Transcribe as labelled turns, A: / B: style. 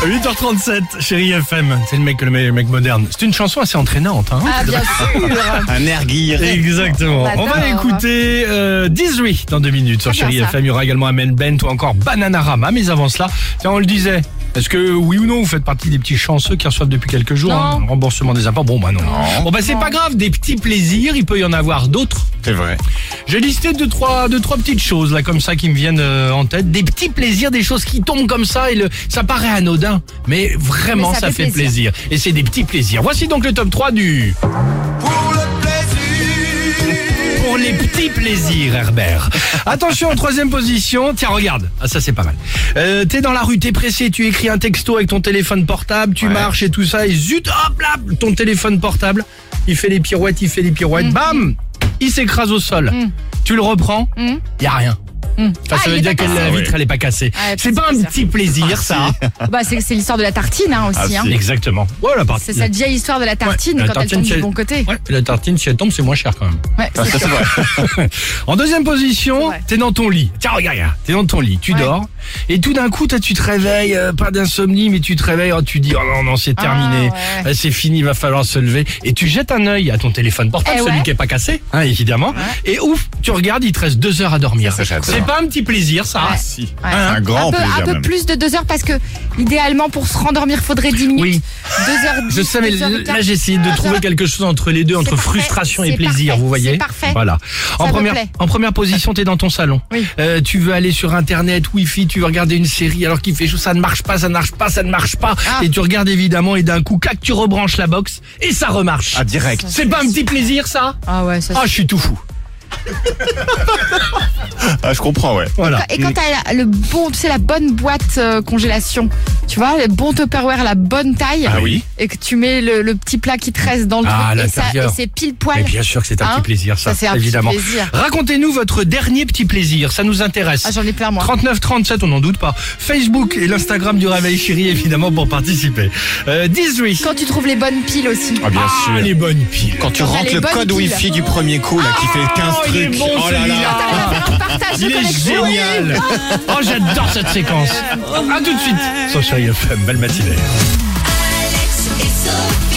A: 8h37, chérie FM. C'est le mec, le mec, le mec moderne. C'est une chanson assez entraînante, hein.
B: Ah, bien sûr
C: Un air guilleré.
A: Exactement.
B: Bah,
A: On va
B: d'accord.
A: écouter euh, Dizzy dans deux minutes sur
B: Ah, bien
A: Chérie
B: ça.
A: FM. Il y aura également Amel Bent ou encore Bananarama. Mais avant cela, tiens, on le disait. Est-ce que oui ou non vous faites partie des petits chanceux qui reçoivent depuis quelques jours
B: Non.
A: hein, remboursement des impôts Bon bah non. Bon bah c'est pas grave, des petits plaisirs, il peut y en avoir d'autres.
C: C'est vrai.
A: J'ai listé deux trois deux trois petites choses là comme ça qui me viennent euh, en tête, des petits plaisirs, des choses qui tombent comme ça et le, ça paraît anodin, mais vraiment
B: Mais ça
A: ça,
B: fait
A: fait plaisir. Et c'est des petits plaisirs. Voici donc le top 3 du
D: pour le plaisir.
A: pour les petits plaisirs, Herbert. Attention, en troisième position. Tiens, regarde. Ah, ça, c'est pas mal. Euh, t'es dans la rue, t'es pressé, tu écris un texto avec ton téléphone portable, tu
C: Ouais.
A: marches et tout ça, et zut, hop là, ton téléphone portable, il fait les pirouettes, il fait les pirouettes, bam Il s'écrase au sol. Tu le reprends,
B: Mhm.
A: y a rien. Enfin,
B: Ah,
A: ça
B: il
A: veut
B: est
A: dire
B: pas
A: que la
C: cassé.
A: vitre, elle est pas cassée.
B: Ouais,
A: c'est
B: petit
A: pas un
B: plaisir.
A: petit plaisir, ça. hein.
B: Bah, c'est c'est l'histoire de la tartine hein, aussi.
C: Ah,
B: hein.
C: si.
A: Exactement. Voilà, par-
B: C'est cette vieille histoire de la tartine
A: Ouais, la
B: quand
A: tartine,
B: elle tombe
A: c'est-
B: du bon côté.
A: Ouais, la tartine, si elle tombe, c'est moins cher quand même.
B: Ouais,
C: Ah,
B: c'est sûr.
A: En deuxième
B: C'est
A: position,
B: vrai.
A: t'es dans ton lit. Tiens, regarde, regarde. T'es dans ton lit, tu
B: Ouais.
A: dors. Et tout d'un coup, toi, tu te réveilles, euh, pas d'insomnie, mais tu te réveilles, oh, tu dis, oh non, non, c'est
B: Ah,
A: terminé.
B: ouais.
A: Euh, C'est fini, il va falloir se lever. Et tu jettes un œil à ton téléphone portable,
B: Eh
A: celui
B: ouais.
A: qui est pas cassé, hein, évidemment. Et ouf, tu regardes, il te reste deux heures à dormir.
C: Ça, c'est j'adore.
A: C'est pas un petit plaisir, ça.
B: Ouais.
C: Si.
B: Ouais.
C: Un grand
B: peu,
C: plaisir
B: Un peu
C: même.
B: plus de deux heures parce que, idéalement, pour se rendormir, faudrait 10 minutes.
A: Oui.
B: Deux heures dix,
A: Je savais,
B: deux heures
A: l-
B: huit heures.
A: là j'ai essayé de
B: Ah,
A: trouver
B: ça-
A: quelque chose entre les deux, entre
B: parfait,
A: frustration et
B: c'est
A: plaisir,
B: parfait,
A: vous voyez
B: c'est parfait.
A: Voilà. En
B: me
A: première,
B: plaît.
A: en première position, t'es dans ton salon.
B: Oui.
A: Euh, tu veux aller sur internet, wifi, tu veux regarder une série alors qu'il fait chaud, ça ne marche pas, ça ne marche pas, ça ne marche pas.
B: Ah.
A: Et tu regardes évidemment et d'un coup, cac, tu rebranches la box et ça remarche.
C: Ah, direct.
A: c'est pas un petit plaisir ça
B: Ah ouais, ça
A: Ah, je suis tout fou.
C: Ah, je comprends, ouais.
A: Voilà.
B: Et quand t'as le bon, tu sais, la bonne boîte euh, congélation, tu vois, le bon Tupperware, la bonne taille,
C: Ah oui.
B: et que tu mets le, le petit plat qui te reste dans le
A: Ah, à
B: truc, et, ça,
A: l'intérieur.
B: et c'est pile poil.
A: Mais bien sûr que c'est un
B: Hein
A: petit plaisir ça,
B: Ça, c'est un petit
A: évidemment.
B: plaisir.
A: Racontez-nous votre dernier petit plaisir, ça nous intéresse.
B: Ah, j'en ai plein, moi.
A: 39 37, on n'en doute pas. Facebook et l'Instagram du Réveil Chéri, évidemment, pour participer. Euh, 18.
B: Quand tu trouves les bonnes piles aussi.
C: Ah, bien
A: Ah,
C: sûr.
A: les bonnes piles.
C: Quand tu
B: Quand elle
C: rentres
B: est
C: le
B: bonne
C: code
B: pile.
C: wifi du premier coup, là, qui fait 15
A: il est
C: trucs.
A: bon,
C: oh là
A: celui-là.
C: là.
B: T'arrives à faire un partage de
A: Il est
B: connexion.
A: génial
B: Ah.
A: Oh, j'adore cette séquence. À tout de suite sur Chéri FM, belle matinée.
E: Alex et Sophie.